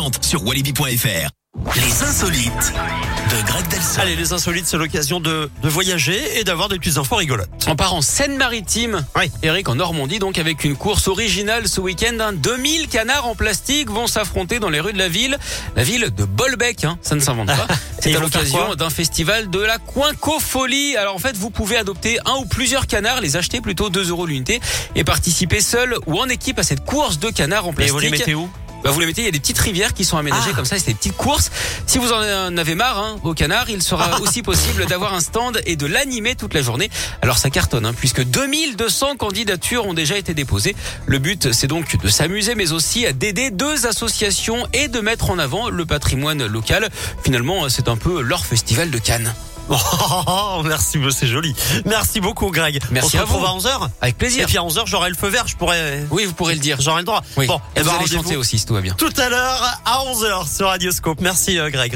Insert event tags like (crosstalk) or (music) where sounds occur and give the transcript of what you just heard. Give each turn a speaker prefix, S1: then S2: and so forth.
S1: vente sur walibi.fr. Les insolites de Greg Delson.
S2: Allez, les insolites, c'est l'occasion de, de voyager et d'avoir des petites infos rigolotes.
S3: On part en Seine-Maritime.
S2: Oui.
S3: Eric en Normandie, donc avec une course originale ce week-end. hein. 2000 canards en plastique vont s'affronter dans les rues de la ville. La ville de Bolbec, hein, ça ne s'invente pas.
S2: (laughs) Et
S3: C'est à
S2: ils vont faire
S3: l'occasion
S2: quoi
S3: d'un festival de la Coincofolie. Alors en fait, vous pouvez adopter un ou plusieurs canards, les acheter plutôt 2 euros l'unité et participer seul ou en équipe à cette course de canards en
S2: Et
S3: plastique.
S2: vous les mettez où
S3: Bah, vous les mettez, il y a des petites rivières qui sont aménagées
S2: Ah.
S3: comme ça, et c'est des petites courses. Si vous en avez marre hein, au canard,
S2: (laughs)
S3: il sera aussi possible d'avoir un stand et de l'animer toute la journée. Alors ça cartonne, hein, puisque 2200 candidatures ont déjà été déposées. Le but, c'est donc de s'amuser, mais aussi d'aider deux associations et de mettre en avant le patrimoine local. Finalement, c'est un peu leur festival de Cannes.
S2: Oh, merci, c'est joli. Merci beaucoup, Greg.
S3: Merci
S2: On se
S3: à
S2: retrouve
S3: vous.
S2: à 11h.
S3: Avec
S2: Et
S3: plaisir.
S2: puis à 11h, j'aurai le feu vert, je pourrais.
S3: Oui, vous pourrez le dire.
S2: J'aurai le droit.
S3: Oui.
S2: Bon, eh
S3: et vous
S2: ben,
S3: allez
S2: rendez-vous
S3: chanter aussi, si tout va bien.
S2: Tout à l'heure, à 11h sur Radioscope. Merci, euh, Greg.